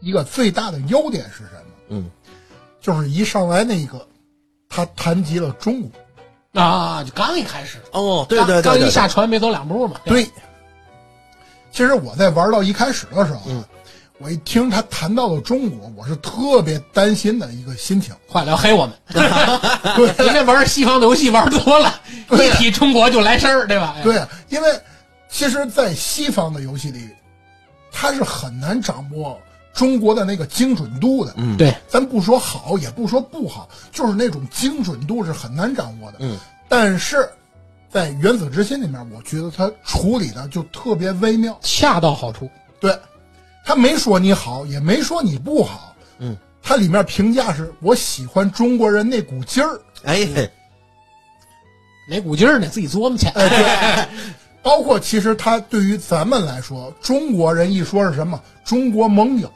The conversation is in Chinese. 一个最大的优点是什么？嗯，就是一上来那个，他谈及了中国，啊，就刚一开始，哦，对对对，刚对一下船没走两步嘛，对，其实我在玩到一开始的时候，嗯啊，我一听他谈到了中国，我是特别担心的一个心情。哎快来黑我们！ 人家玩西方的游戏玩多了，对一提中国就来事儿，对吧？哎，对，啊因为其实，在西方的游戏里，他是很难掌握中国的那个精准度的。嗯对，咱不说好，也不说不好，就是那种精准度是很难掌握的。嗯，但是在《原子之心》里面，我觉得他处理的就特别微妙。恰到好处。对，他没说你好，也没说你不好。嗯，他里面评价是我喜欢中国人那股劲儿。哎嘿，哪股劲儿呢？自己琢磨去。呃哎，对，包括其实他对于咱们来说，中国人一说是什么？中国盟友，